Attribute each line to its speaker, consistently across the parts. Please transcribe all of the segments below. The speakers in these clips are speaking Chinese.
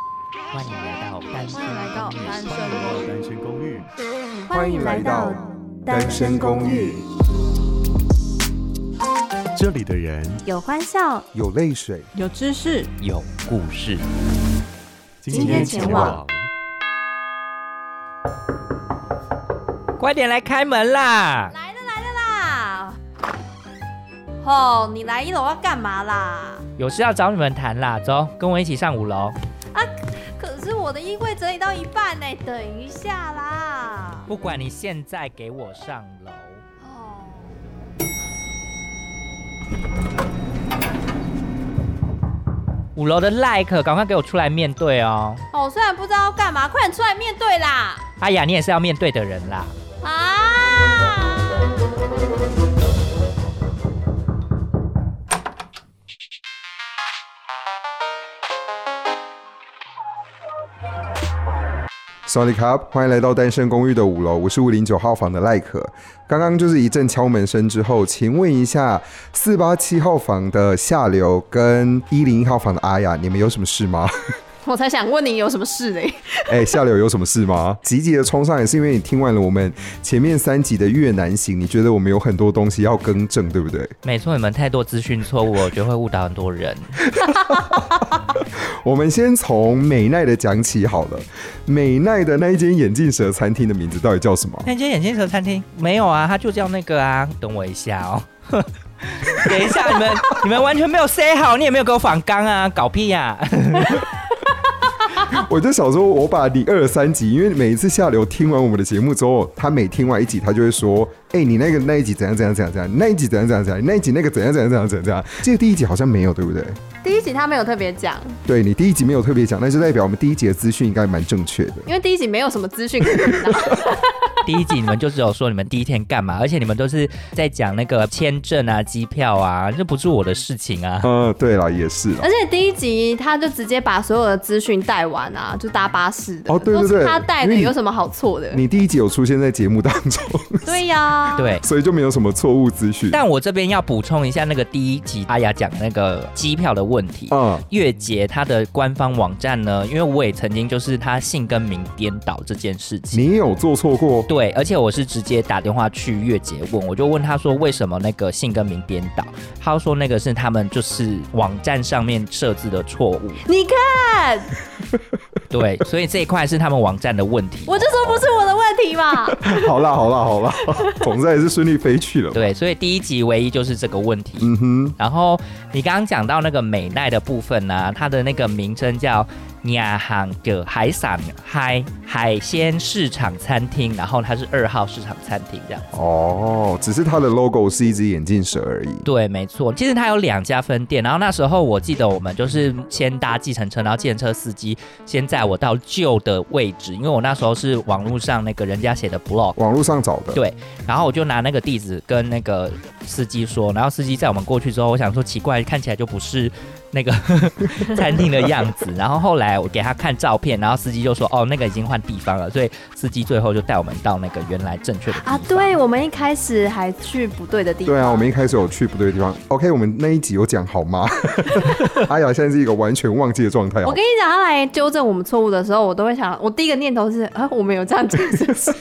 Speaker 1: 欢迎来到单身
Speaker 2: 欢迎来到单身公
Speaker 3: 单身公寓，
Speaker 4: 欢迎来到单身公寓，
Speaker 3: 这里的人
Speaker 4: 有欢笑，
Speaker 5: 有泪水，
Speaker 2: 有知识，
Speaker 1: 有故事。
Speaker 4: 今天前往。
Speaker 1: 快点来开门啦！
Speaker 2: 来了来了啦！哦，你来一楼要干嘛啦？
Speaker 1: 有事要找你们谈啦，走，跟我一起上五楼。
Speaker 2: 可是我的衣柜整理到一半呢，等一下啦。
Speaker 1: 不管你现在给我上楼。
Speaker 2: 哦，
Speaker 1: 五楼的 like，赶快给我出来面对哦！
Speaker 2: 哦，虽然不知道要干嘛，快点出来面对啦！
Speaker 1: 阿雅，你也是要面对的人啦。
Speaker 2: 啊！
Speaker 5: s o n y Cup，欢迎来到单身公寓的五楼，我是五零九号房的赖可。刚刚就是一阵敲门声之后，请问一下，四八七号房的下流跟一零一号房的阿雅，你们有什么事吗？
Speaker 2: 我才想问你有什么事嘞？
Speaker 5: 哎、下流有什么事吗？急急的冲上也是因为你听完了我们前面三集的越南行，你觉得我们有很多东西要更正，对不对？
Speaker 1: 没错，你们太多资讯错误，我觉得会误导很多人。
Speaker 5: 我们先从美奈的讲起好了。美奈的那一间眼镜蛇餐厅的名字到底叫什么？
Speaker 1: 那间眼镜蛇餐厅没有啊，它就叫那个啊。等我一下哦， 等一下，你们你们完全没有 say 好，你也没有给我反刚啊，搞屁呀、
Speaker 5: 我就想说，我把你二三集，因为每一次下流听完我们的节目之后，他每听完一集，他就会说：“哎、你那个那一集怎样怎样怎样怎样，那一集怎样怎样怎样，那一集那个怎样怎样怎样怎样怎样。”这个第一集好像没有，对不对？
Speaker 2: 第一集他没有特别讲，
Speaker 5: 对你第一集没有特别讲，那就代表我们第一集的资讯应该蛮正确的。
Speaker 2: 因为第一集没有什么资讯可以拿。
Speaker 1: 第一集你们就只有说你们第一天干嘛，而且你们都是在讲那个签证啊、机票啊，这不是我的事情啊。
Speaker 5: 嗯，对了，也是啦
Speaker 2: 而且第一集他就直接把所有的资讯带完啊，就搭巴士的，
Speaker 5: 哦对对
Speaker 2: 都
Speaker 5: 对
Speaker 2: 是他带
Speaker 5: 因
Speaker 2: 的，
Speaker 5: 为你
Speaker 2: 有什么好错的？
Speaker 5: 你第一集有出现在节目当中，
Speaker 2: 对呀、
Speaker 1: 对，
Speaker 5: 所以就没有什么错误资讯。
Speaker 1: 但我这边要补充一下那个第一集阿雅讲那个机票的问题。
Speaker 5: 嗯，
Speaker 1: 月捷它的官方网站呢，因为我也曾经就是它姓跟名颠倒这件事情。
Speaker 5: 你有做错过？
Speaker 1: 对，而且我是直接打电话去月姐问，我就问他说为什么那个姓跟名颠倒，他说那个是他们就是网站上面设置的错误，
Speaker 2: 你看，
Speaker 1: 对，所以这一块是他们网站的问题。
Speaker 2: 我就说不是我的问题 嘛。
Speaker 5: 好啦好啦好啦， 总算也是顺利飞去了。
Speaker 1: 对，所以第一集唯一就是这个问题。
Speaker 5: 嗯哼，
Speaker 1: 然后你刚刚讲到那个美奈的部分呢、它的那个名称叫亚航的海sản海海鲜市场餐厅，然后它是二号市场餐厅这样。
Speaker 5: 哦，只是它的 logo 是一只眼镜蛇而已。
Speaker 1: 对，没错，其实它有两家分店。然后那时候我记得我们就是先搭计程车，然后计程车司机先载我到旧的位置，因为我那时候是网络上那个人家写的 blog，
Speaker 5: 网络上找的。
Speaker 1: 对，然后我就拿那个地址跟那个司机说，然后司机载我们过去之后，我想说奇怪，看起来就不是那个 餐厅的样子。 然后后来我给他看照片，然后司机就说哦，那个已经换地方了，所以司机最后就带我们到那个原来正确的地方
Speaker 2: 啊，对，我们一开始还去不对的地方。
Speaker 5: 对啊，我们一开始有去不对的地方。OK，我们那一集有讲好吗？ 阿雅现在是一个完全忘记的状态。好
Speaker 2: 我跟你讲，他来纠正我们错误的时候，我都会想，我第一个念头是 啊，我们有这样讲是不 是？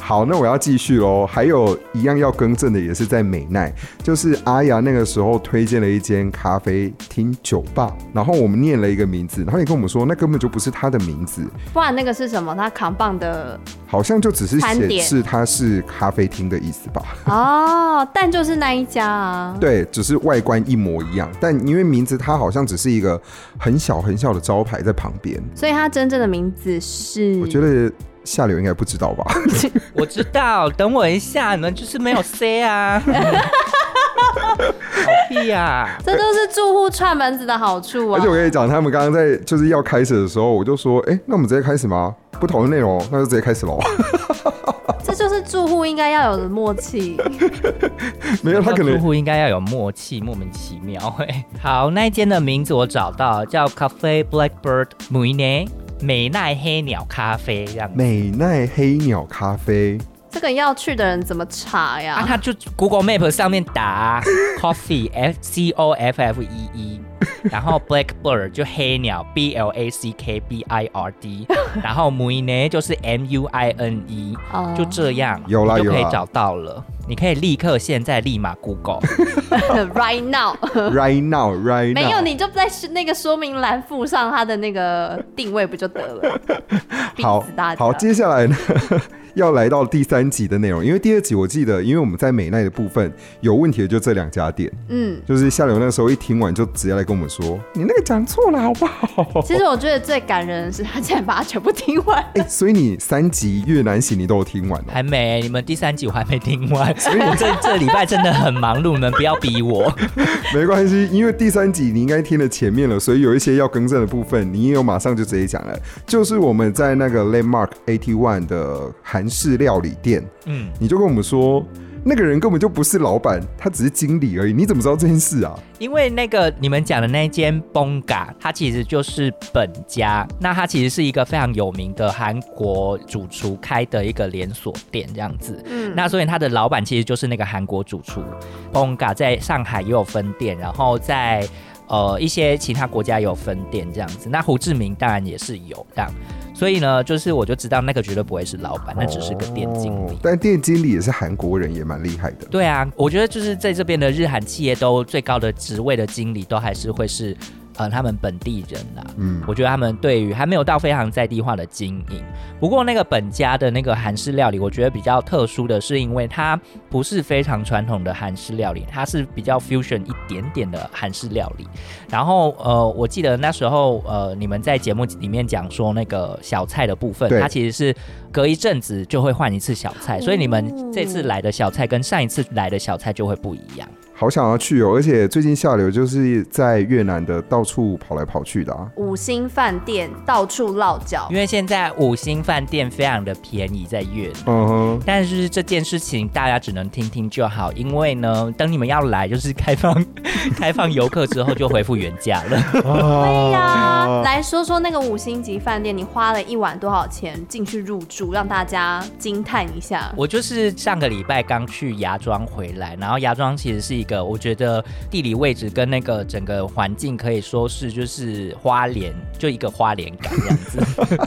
Speaker 5: 好，那我要继续喽。还有一样要更正的，也是在美奈，就是阿雅那个时候推荐了一间咖啡厅酒吧，然后我们念了一个名字，然后也跟我们说那根本就不是他的名字，
Speaker 2: 不然那个是什么？他扛棒 的
Speaker 5: 好像就只是
Speaker 2: 餐
Speaker 5: 显
Speaker 2: 点
Speaker 5: 示它是咖啡厅的意思吧。
Speaker 2: 哦，但就是那一家啊。
Speaker 5: 对，只是外观一模一样，但因为名字它好像只是一个很小很小的招牌在旁边，
Speaker 2: 所以他真正的名字是，
Speaker 5: 我觉得下流应该不知道吧。
Speaker 1: 我知道，等我一下，你们就是没有 C 啊。 好屁啊呀、
Speaker 2: 这都是住户串门子的好处啊
Speaker 5: 而且。我跟你讲，他们刚刚在就是要开始的时候，我就说，哎、那我们直接开始吗？不讨论内容，哦那就直接开始 喽。
Speaker 2: 这就是住户应该要有的默契。
Speaker 5: 没有，他可
Speaker 1: 住
Speaker 5: 能
Speaker 1: 户应该要有默契，莫名其妙哎、 好，那一间的名字我找到，叫 Cafe Blackbird m u i n e 美奈黑鸟咖啡这样子。
Speaker 5: 美奈黑鸟咖 啡，
Speaker 2: 这个要去的人怎么查
Speaker 1: 啊，
Speaker 2: 呀？
Speaker 1: 他就 Google Map 上面打 coffee f c o f f e e 然后 blackbird 就黑鸟，b l a c k b i r d，然后 muine 就是 m u i n e，
Speaker 2: 哦
Speaker 1: 就这样，
Speaker 5: 有啦
Speaker 1: 你就可以
Speaker 5: 有啦
Speaker 1: 找到了。你可以立刻现在立马 Google，
Speaker 2: right now，
Speaker 5: right now right now，
Speaker 2: 没有你就在那个说明栏附上它的那个定位不就得了？逼
Speaker 5: 好
Speaker 2: 死大家
Speaker 5: 好，接下来呢 要来到第三集的内容，因为第二集我记得，因为我们在美奈的部分有问题的就这两家店，
Speaker 2: 嗯，
Speaker 5: 就是夏流那时候一听完就直接来跟我们说，你那个讲错了好不好？。
Speaker 2: 其实我觉得最感人的是他竟然把它全部听完
Speaker 5: 哎、所以你三集越南行你都有听完了、哦
Speaker 1: 还没，你们第三集我还没听完， 所以我这这礼拜真的很忙碌，你们不要逼我。
Speaker 5: 没关系，因为第三集你应该听了前面了，所以有一些要更正的部分，你也有马上就直接讲了。就是我们在那个 Landmark Eighty One 的韩式料理店，
Speaker 1: 嗯，
Speaker 5: 你就跟我们说，那个人根本就不是老板，他只是经理而已。你怎么知道这件事啊？
Speaker 1: 因为那个你们讲的那一间 Bonga，它其实就是本家，那它其实是一个非常有名的韩国主厨开的一个连锁店这样子。
Speaker 2: 嗯，
Speaker 1: 那所以它的老板其实就是那个韩国主厨 Bonga，在上海也有分店，然后在呃一些其他国家也有分店这样子。那胡志明当然也是有这样，所以呢，就是我就知道那个绝对不会是老板，那只是个店经理。
Speaker 5: 哦但店经理也是韩国人，也蛮厉害的。
Speaker 1: 对啊，我觉得就是在这边的日韩企业都最高的职位的经理都还是会是。呃，他们本地人啊啦、
Speaker 5: 嗯，
Speaker 1: 我觉得他们对于还没有到非常在地化的经营。不过那个本家的那个韩式料理，我觉得比较特殊的是，因为它不是非常传统的韩式料理，它是比较 fusion 一点点的韩式料理。然后呃，我记得那时候呃，你们在节目里面讲说那个小菜的部分，
Speaker 5: 对
Speaker 1: 它其实是隔一阵子就会换一次小菜，所以你们这次来的小菜跟上一次来的小菜就会不一样。
Speaker 5: 好想要去哦！而且最近下流就是在越南的到处跑来跑去的啊。
Speaker 2: 五星饭店到处落脚
Speaker 1: 因，为现在五星饭店非常的便宜，在越南。
Speaker 5: 嗯哼，
Speaker 1: 但是这件事情大家只能听听就好，因为呢， 等你们要来就是开放 开放游客之后就恢复原价了。
Speaker 2: 对呀、来说说那个五星级饭店，你花了一晚多少钱进去入住，让大家惊叹一下。
Speaker 1: 我就是上个礼拜刚去芽庄回来，然后芽庄其实是一个我觉得地理位置跟那个整个环境可以说是就是花莲，就一个花莲感这样子。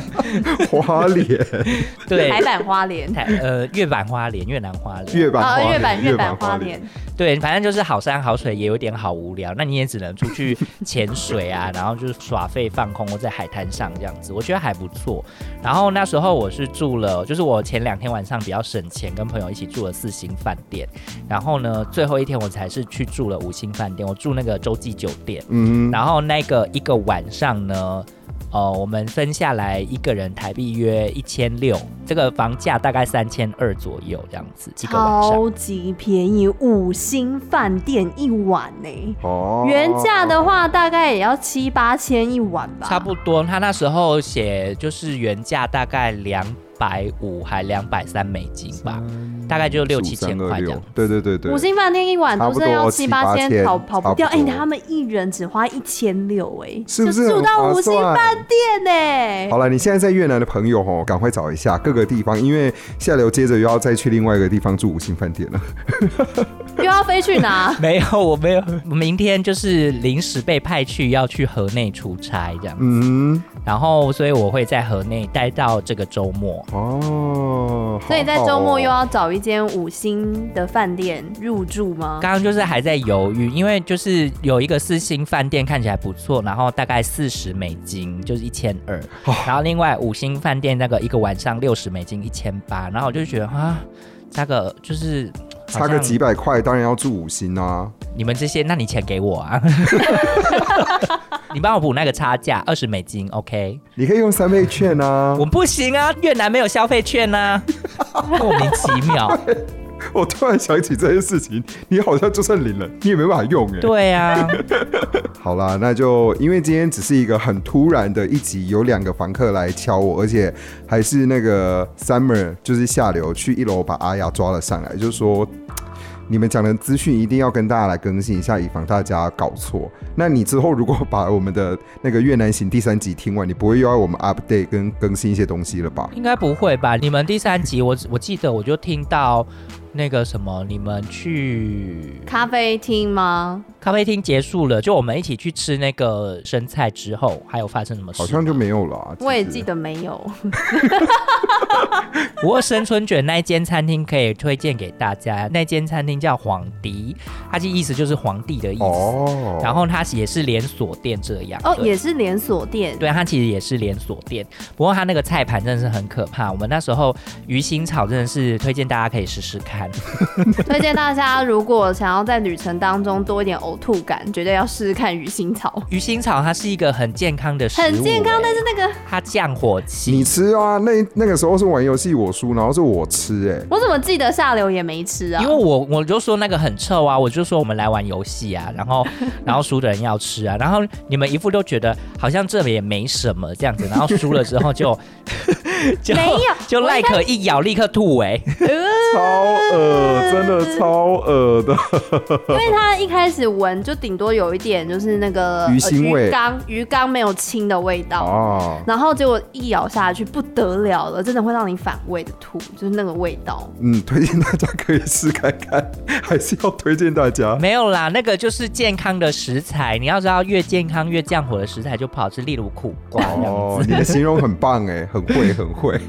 Speaker 5: 花脸，
Speaker 1: 对，
Speaker 2: 台版花莲，
Speaker 1: 台呃越版花莲，越南花莲，
Speaker 5: 月版花
Speaker 2: 啊，
Speaker 5: 脸，
Speaker 2: 月版
Speaker 5: 月
Speaker 2: 月
Speaker 5: 版
Speaker 2: 版
Speaker 5: 花
Speaker 2: 花
Speaker 5: 脸
Speaker 2: 莲。，
Speaker 1: 对，反正就是好山好水，也有点好无聊。那你也只能出去潜水啊，然后就是耍废放空，或在海滩上这样子，我觉得还不错。然后那时候我是住了，就是我前两天晚上比较省钱，跟朋友一起住了四星饭店。然后呢，最后一天我才是去住了五星饭店，我住那个洲际酒店。
Speaker 5: 嗯，
Speaker 1: 然后那个一个晚上呢，呃，我们分下来一个人台币约一千六，这个房价大概三千二左右这样子一个晚上。
Speaker 2: 超级便宜，五星饭店一晚呢、
Speaker 5: 哦
Speaker 2: 原价的话大概也要七八千一晚吧，
Speaker 1: 差不多，他那时候写就是原价大概两百五还两百三美金吧，大概就六七千块这样。
Speaker 5: 对对对对，
Speaker 2: 五星饭店一晚都是要七八
Speaker 5: 差不多
Speaker 2: 千，跑跑不掉。
Speaker 5: 差
Speaker 2: 哎、
Speaker 5: 不多
Speaker 2: 他们一人只花一千六，哎，
Speaker 5: 是不是
Speaker 2: 就住到
Speaker 5: 很
Speaker 2: 五
Speaker 5: 划
Speaker 2: 星
Speaker 5: 算
Speaker 2: 饭店呢、
Speaker 5: 好了，你现在在越南的朋友吼，赶快找一下各个地方，因为下流接着又要再去另外一个地方住五星饭店了。
Speaker 2: 又要飞去哪？
Speaker 1: 没有，我没有，我明天就是临时被派去要去河内出差这样，
Speaker 5: 嗯，
Speaker 1: 然后所以我会在河内待到这个周末。
Speaker 5: 哦，好
Speaker 2: 所以在
Speaker 5: 好
Speaker 2: 周末
Speaker 5: 哦
Speaker 2: 又要找一间五星的饭店入住吗？
Speaker 1: 刚刚就是还在犹豫，因为就是有一个四星饭店看起来不错，然后大概四十美金，就是一千二，
Speaker 5: 哦
Speaker 1: 然后另外五星饭店那个一个晚上六十美金，一千八，然后我就觉得啊，差个就是好
Speaker 5: 差个
Speaker 1: 像
Speaker 5: 几百块，当然要住五星啊。
Speaker 1: 你们这些，那你钱给我 啊， 你帮我补那个差价二十美金，OK？
Speaker 5: 你可以用三倍券啊
Speaker 1: 我。不行啊，越南没有消费券 啊，莫名其妙，
Speaker 5: 我突然想起这件事情，你好像就算领了，你也没办法用哎、
Speaker 1: 对啊，
Speaker 5: 好啦，那就因为今天只是一个很突然的一集，有两个房客来敲我，而且还是那个 Summer，就是下流去一楼把阿雅抓了上来，就说。你们讲的资讯一定要跟大家来更新一下，以防大家搞错。那你之后如果把我们的那个越南行第三集听完，你不会又要我们 update 跟更新一些东西了吧？
Speaker 1: 应该不会吧？你们第三集我我记得我就听到，那个什么，你们去
Speaker 2: 咖啡厅吗？
Speaker 1: 咖啡厅结束了，就我们一起去吃那个生菜之后，还有发生什么事？
Speaker 5: 好像就没有了、啊。
Speaker 2: 我也
Speaker 5: 其实
Speaker 2: 记，得没有。
Speaker 1: 不过生春卷那一间餐厅可以推荐给大家，那间餐厅叫皇帝，它的意思就是皇帝的意思。
Speaker 5: 哦，
Speaker 1: 然后它也是连锁店这样
Speaker 2: 哦，
Speaker 1: 对
Speaker 2: 也是连锁店。
Speaker 1: 对，它其实也是连锁店，不过它那个菜盘真的是很可怕。我们那时候鱼腥草真的是推荐大家可以试试看。
Speaker 2: 推荐大家，如果想要在旅程当中多一点呕吐感，绝对要试试看鱼腥草，
Speaker 1: 鱼腥草它是一个很健康的食物，
Speaker 2: 很健康
Speaker 1: 欸，
Speaker 2: 但是那个
Speaker 1: 它降火
Speaker 5: 你
Speaker 1: 气。
Speaker 5: 吃啊？那那个时候是玩游戏我输，然后是我吃、哎，
Speaker 2: 我怎么记得下流也没吃啊？
Speaker 1: 因为我我就说那个很臭啊，我就说我们来玩游戏啊，然后 然后输的人要吃啊，然后你们一副都觉得好像这也没什么这样子，然后输了之后就 就
Speaker 2: 没有
Speaker 1: 就
Speaker 2: 我
Speaker 1: 赖
Speaker 2: 应
Speaker 1: 可一咬立刻吐哎、
Speaker 5: 超恶，真的超恶的。
Speaker 2: 因为它一开始闻就顶多有一点就是那个
Speaker 5: 鱼腥味
Speaker 2: 呃鱼缸鱼缸没有清的味道。
Speaker 5: 哦，
Speaker 2: 然后结果一咬下去不得了了，真的会让你反胃的吐，就是那个味道。
Speaker 5: 嗯，推荐大家可以试看看，还是要推荐大家。
Speaker 1: 没有啦，那个就是健康的食材，你要知道越健康越降火的食材就不好吃，例如苦瓜这样子。
Speaker 5: 哦，你的形容很棒 哎，很会，很会。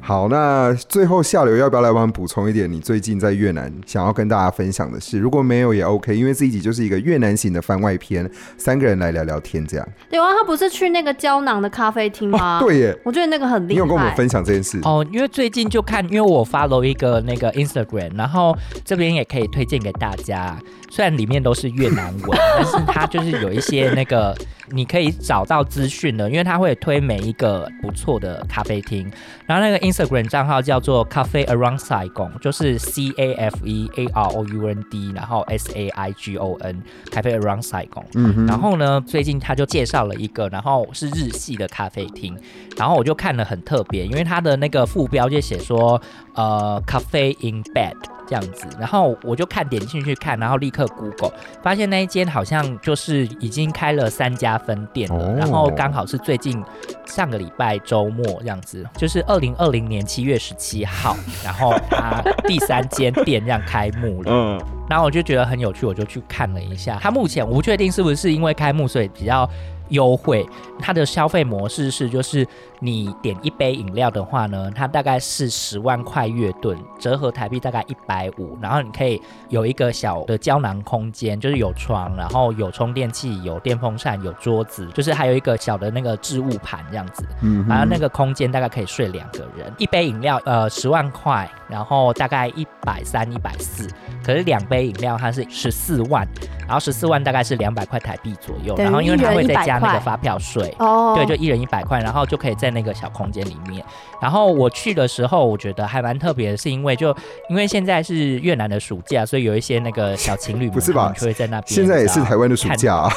Speaker 5: 好，那最后下流要不要来帮我们补充一点你最近在越南想要跟大家分享的事？如果没有也 OK，因为这一集就是一个越南型的番外篇，三个人来聊聊天这样。
Speaker 2: 对啊，他不是去那个胶囊的咖啡厅吗？
Speaker 5: 哦，对耶，
Speaker 2: 我觉得那个很厉害。
Speaker 5: 你有跟我们分享这件事？
Speaker 1: 哦，因为最近就看，因为我 follow 一个那个 Instagram，然后这边也可以推荐给大家。虽然里面都是越南文，但是它就是有一些那个你可以找到资讯的，因为它会推每一个不错的咖啡厅。然后那个 Instagram 账号叫做 Cafe Around Saigon，就是 C A F E A R O U N D，然后 S A I G O N Cafe Around Saigon。
Speaker 5: 嗯哼，
Speaker 1: 然后呢，最近他就介绍了一个，然后是日系的咖啡厅，然后我就看了很特别，因为它的那个副标就写说，呃，cafe in bed 这样子，然后我就看点进去看，然后立刻 Google，发现那一间好像就是已经开了三家分店了，
Speaker 5: 哦
Speaker 1: 然后刚好是最近上个礼拜周末这样子，就是二零二零年七月十七号，然后它第三间店这样开幕了。
Speaker 5: 嗯，
Speaker 1: 然后我就觉得很有趣，我就去看了一下。它目前我不确定是不是因为开幕所以比较优惠，它的消费模式是就是你点一杯饮料的话呢，它大概是十万块越盾，折合台币大概一百五，然后你可以有一个小的胶囊空间，就是有床，然后有充电器、有电风扇、有桌子，就是还有一个小的那个置物盘这样子。
Speaker 5: 嗯哼
Speaker 1: 然后那个空间大概可以睡两个人，一杯饮料呃十万块，然后大概一百三、一百四，可是两杯饮料它是十四万，然后十四万大概是两百块台币左右，
Speaker 2: 等于
Speaker 1: 然后因为
Speaker 2: 一
Speaker 1: 它
Speaker 2: 人
Speaker 1: 会再加
Speaker 2: 100块
Speaker 1: 那个发票税。
Speaker 2: 哦，
Speaker 1: 对，就一人一百块，然后就可以在那个小空间里面。然后我去的时候，我觉得还蛮特别的，是因为就因为现在是越南的暑假，所以有一些那个小情侣们
Speaker 5: 不是吧
Speaker 1: 他们就会在那边。
Speaker 5: 现在也是
Speaker 1: 你知道
Speaker 5: 台湾的暑
Speaker 1: 看
Speaker 5: 假、啊，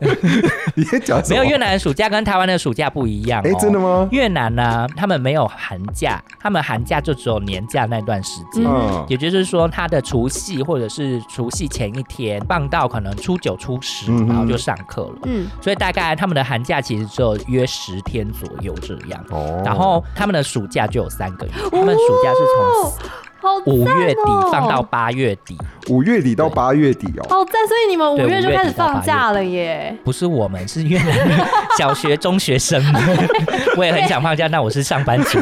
Speaker 5: 你在讲什
Speaker 1: 没
Speaker 5: 么？
Speaker 1: 有越南的暑假跟台湾的暑假不一样、哦。
Speaker 5: 哎、真的吗？
Speaker 1: 越南呢、他们没有寒假，他们寒假就只有年假那段时间。
Speaker 5: 嗯，
Speaker 1: 也就是说，他的除夕或者是除夕前一天，放到可能初九、初十，
Speaker 5: 嗯哼
Speaker 1: 然后就上课了。
Speaker 2: 嗯，
Speaker 1: 所以大概他们的寒假其实只有约十天左右这样。
Speaker 5: 哦
Speaker 1: 然后他们的暑假就有三个月，他们暑假是
Speaker 2: 好
Speaker 1: 从五月
Speaker 2: 赞哦
Speaker 1: 底放到八月底，
Speaker 5: 五月底到八月底哦，
Speaker 2: 好赞，所以你们五
Speaker 1: 对
Speaker 2: 月就
Speaker 1: 五月
Speaker 2: 开
Speaker 1: 底
Speaker 2: 始
Speaker 1: 到八
Speaker 2: 放
Speaker 1: 月
Speaker 2: 假了耶。
Speaker 1: 不是我们是越南的小学、中学生们。 我也很想放假，那我是上班族。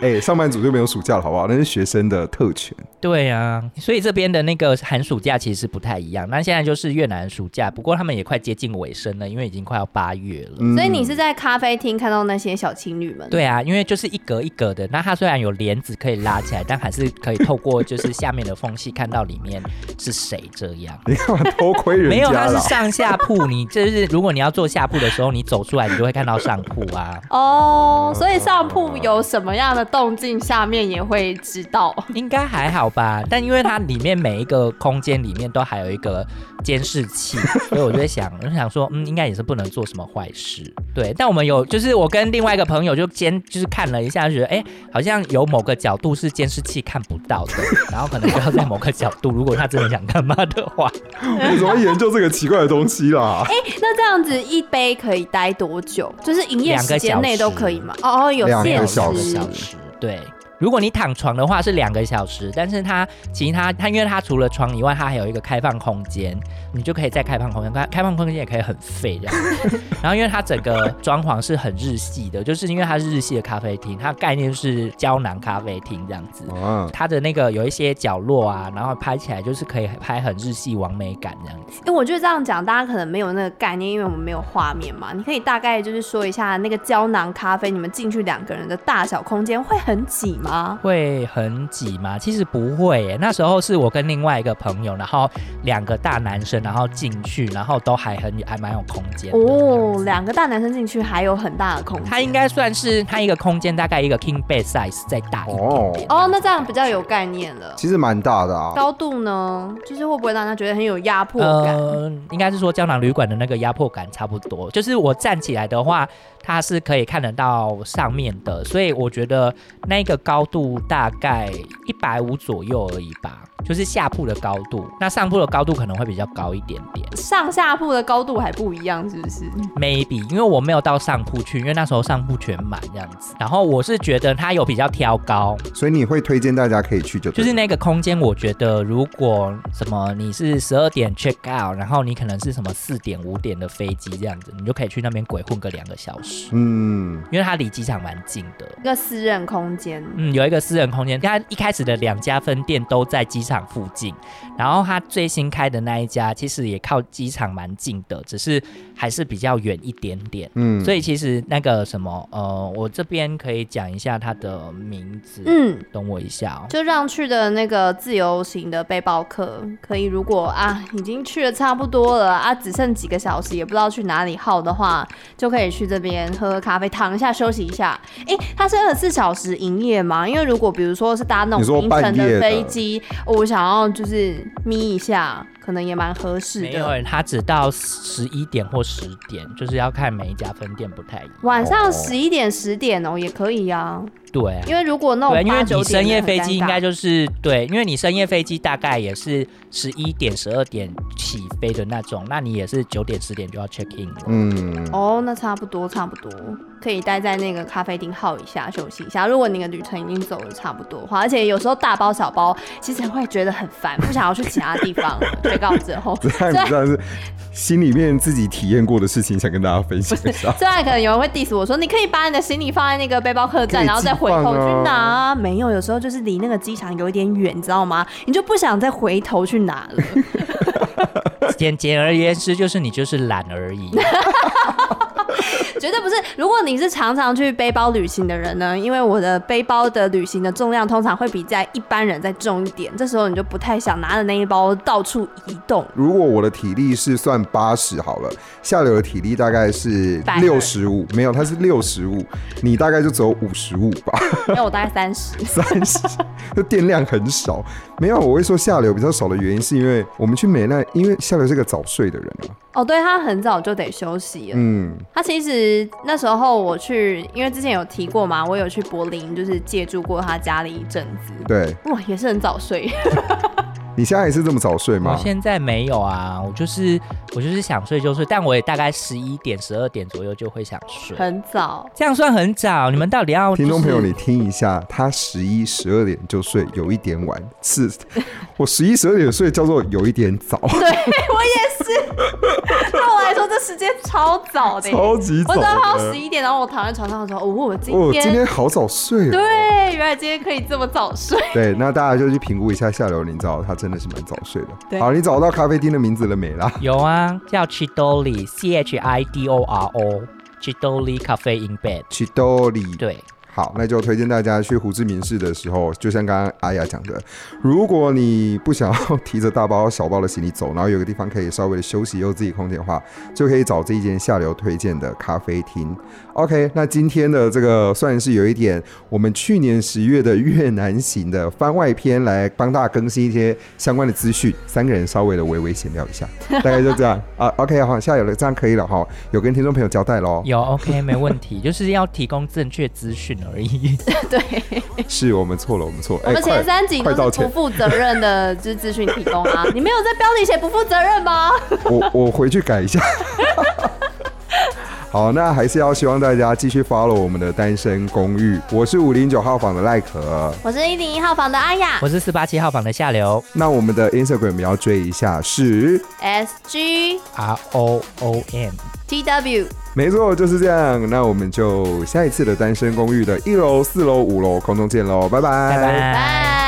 Speaker 5: 哎、上班族就没有暑假了，好不好？那是学生的特权。
Speaker 1: 对啊，所以这边的那个寒暑假其实不太一样。那现在就是越南暑假，不过他们也快接近尾声了，因为已经快要八月了。
Speaker 5: 嗯
Speaker 2: 所以你是在咖啡厅看到那些小情侣们？，
Speaker 1: 对啊，因为就是一格一格的，那它虽然有帘子可以拉起来，但还是可以透过就是下面的缝隙看到里面是谁这样。
Speaker 5: 你干嘛偷窥人
Speaker 1: 没有，
Speaker 5: 家
Speaker 1: 它是
Speaker 5: 啦？
Speaker 1: 上下铺，你就是如果你要做下铺的时候，你走出来你就会看到上铺啊。
Speaker 2: 哦、所以上铺有什么样的动静，下面也会知道。
Speaker 1: 应该还好吧？但因为它里面每一个空间里面都还有一个监视器，所以我就在想，我就想说，嗯，应该也是不能做什么坏事。对，但我们有，就是我跟另外一个朋友就监，就是看了一下，就觉得哎、好像有某个角度是监视器看不到的，然后可能就要在某个角度，如果他真的想干嘛的话，
Speaker 5: 为什么要研究这个奇怪的东西 啦？
Speaker 2: 那这样子一杯可以待多久？就是营业时间内都可以吗？哦哦，有
Speaker 5: 两
Speaker 2: 限
Speaker 5: 个
Speaker 2: 时
Speaker 5: 小
Speaker 1: 两个
Speaker 5: 时
Speaker 1: 小时，对。如果你躺床的话是两个小时，但是它其他它因为它除了床以外，它还有一个开放空间，你就可以在开放空间开开放空间也可以很废 这样。然后因为它整个装潢是很日系的，就是因为它是日系的咖啡厅，它概念是胶囊咖啡厅这样子。
Speaker 5: 啊，
Speaker 1: 它的那个有一些角落啊，然后拍起来就是可以拍很日系完美感这样子。
Speaker 2: 因为我觉得这样讲，大家可能没有那个概念，因为我们没有画面嘛。你可以大概就是说一下那个胶囊咖啡，你们进去两个人的大小空间会很挤吗？
Speaker 1: 会很挤吗？其实不会耶。那时候是我跟另外一个朋友，然后两个大男生，然后进去，然后都还很还蛮有空间的。
Speaker 2: 哦，两个大男生进去还有很大的空间。
Speaker 1: 它应该算是它一个空间大概一个 king bed size 再大一点。
Speaker 5: 哦，
Speaker 2: 哦，那这样比较有概念了。
Speaker 5: 其实蛮大的啊。
Speaker 2: 高度呢，就是会不会让他觉得很有压迫感？
Speaker 1: 呃，应该是说胶囊旅馆的那个压迫感差不多，就是我站起来的话，它是可以看得到上面的，所以我觉得那个高度大概一百五左右而已吧，就是下铺的高度。那上铺的高度可能会比较高一点点。
Speaker 2: 上下铺的高度还不一样，是不是？
Speaker 1: 嗯 maybe，因为我没有到上铺去，因为那时候上铺全满这样子。然后我是觉得它有比较挑高，
Speaker 5: 所以你会推荐大家可以去就
Speaker 1: 就
Speaker 5: 对
Speaker 1: 是
Speaker 5: 了
Speaker 1: 那个空间，我觉得如果什么你是十二点 check out，然后你可能是什么四点五点的飞机这样子，你就可以去那边鬼混个两个小时，
Speaker 5: 嗯，
Speaker 1: 因为它离机场蛮近的。
Speaker 2: 一个私人空间，
Speaker 1: 嗯，有一个私人空间，它一开始的两家分店都在机场附近，然后它最新开的那一家其实也靠机场蛮近的，只是还是比较远一点点。
Speaker 5: 嗯
Speaker 1: 所以其实那个什么，呃，我这边可以讲一下它的名字，
Speaker 2: 嗯，
Speaker 1: 等我一下哦。
Speaker 2: 就让去的那个自由行的背包客，可以如果啊已经去的差不多了啊，只剩几个小时，也不知道去哪里耗的话，就可以去这边喝喝咖啡，躺一下休息一下。诶，它是二十四小时营业吗？因为如果比如说是搭那
Speaker 5: 你说
Speaker 2: 种凌晨
Speaker 5: 半夜的
Speaker 2: 的飞机，哦我想要就是眯一下，可能也蛮合适
Speaker 1: 没有
Speaker 2: 的。，
Speaker 1: 它只到十一点或十点，就是要看每一家分店不太一样。
Speaker 2: 晚
Speaker 5: 哦
Speaker 2: 上十一点、十点哦，也可以啊。
Speaker 1: 对啊
Speaker 2: 因为如果那
Speaker 1: 对，
Speaker 2: 种
Speaker 1: 因为
Speaker 2: 八九
Speaker 1: 你
Speaker 2: 点
Speaker 1: 深夜飞机应该
Speaker 2: 就
Speaker 1: 就是对，因为你深夜飞机大概也是十一点、十二点起飞的那种，那你也是九点、十点就要 check in 了。
Speaker 5: 嗯，
Speaker 2: 哦，那差不多差不多，可以待在那个咖啡厅耗一下，休息一下。如果你的旅程已经走的差不多的话，而且有时候大包小包，其实会觉得很烦，不想要去其他 地方了。最告之 后，
Speaker 5: 这还不算是心里面自己体验过的事情，想跟大家分享一 下。
Speaker 2: 虽然可能有人会 diss 我说，你可以把你的行李放在那个背包客
Speaker 5: 可
Speaker 2: 栈，
Speaker 5: 以
Speaker 2: 然后再回
Speaker 5: 寄放
Speaker 2: 头
Speaker 5: 啊
Speaker 2: 去拿啊。没有，有时候就是离那个机场有一点远，你知道吗？你就不想再回头去拿了。
Speaker 1: 简简而言之，就是你就是懒而 已。
Speaker 2: 绝对不是。如果你是常常去背包旅行的人呢，因为我的背包的旅行的重量通常会比在一般人再重一点，这时候你就不太想拿着那一包到处移动。
Speaker 5: 如果我的体力是算八十好了，下流的体力大概是
Speaker 2: 百
Speaker 5: 六十五，没有，它是六十五，你大概就只有五十五吧，
Speaker 2: 因为我大概三十，
Speaker 5: 三十，就电量很少。没有，我会说下流比较少的原因是因为我们去美奈，因为下流是个早睡的人啊，
Speaker 2: 哦，对他很早就得休息了。
Speaker 5: 嗯，
Speaker 2: 他其实那时候我去，因为之前有提过嘛，我有去柏林，就是借住过他家里一阵子。
Speaker 5: 对
Speaker 2: 哇，也是很早睡，
Speaker 5: 你现在还是这么早睡
Speaker 1: 我
Speaker 5: 吗？
Speaker 1: 现在没有啊，我就是我就是想睡就睡，但我也大概十一点、十二点左右就会想睡，
Speaker 2: 很 早。
Speaker 1: 这样算很早。你们到底要、就是、
Speaker 5: 听众朋友，你听一下，他十一、十二点就睡，有一点晚。是，我十一、十二点睡叫做有一点早，
Speaker 2: 对哎我也 是，对我来说这时间超早的耶。
Speaker 5: 超级
Speaker 2: 我早
Speaker 5: 早的。
Speaker 2: 上十一点，然后我躺在床上的时候，哦，我今
Speaker 5: 哦，
Speaker 2: 天
Speaker 5: 今天好早睡 哦。
Speaker 2: 对，原来今天可以这么早睡。
Speaker 5: 对，那大家就去评估一下下流，你知道他真的是蛮早睡的。
Speaker 2: 对
Speaker 5: 好，你找到咖啡厅的名字了没啦？
Speaker 1: 有啊，叫 Chidori C H I D O R O Chidori Cafe in Bed。
Speaker 5: 去兜里。
Speaker 1: 对，
Speaker 5: 好，那就推荐大家去胡志明市的时候，就像刚刚阿雅讲的，如果你不想要提着大包小包的行李走，然后有个地方可以稍微的休息，又有自己空间的话，就可以找这一间下流推荐的咖啡厅。OK，那今天的这个算是有一点我们去年十月的越南行的番外篇，来帮大家更新一些相关的资讯。三个人稍微的微微闲聊一下，大概就这样啊。OK，好，下有了，这样可以了哈。有跟听众朋友交代喽。
Speaker 1: 有 OK 没问题，就是要提供正确资讯而已。
Speaker 2: 对，
Speaker 5: 是我们错了，我们错。
Speaker 2: 我
Speaker 5: 哎
Speaker 2: 们前
Speaker 5: 快
Speaker 2: 三集
Speaker 5: 快道
Speaker 2: 都是
Speaker 5: 歉
Speaker 2: 不负责任的，就是资讯提供啊。你没有在标题写不负责任吗？
Speaker 5: 我我回去改一下。 好，那还是要希望大家继续 follow 我们的单身公寓。我是五零九号房的赖可，
Speaker 2: 我是一零一号房的阿雅
Speaker 1: 我是四八七号房的下流
Speaker 5: 那我们的 Instagram 也要追一下，是
Speaker 2: ，S G
Speaker 1: R O O M，
Speaker 2: T W，
Speaker 5: 没错，就是这样。那我们就下一次的单身公寓的一楼、四楼、五楼空中见喽，拜拜，
Speaker 1: 拜拜。
Speaker 2: 拜。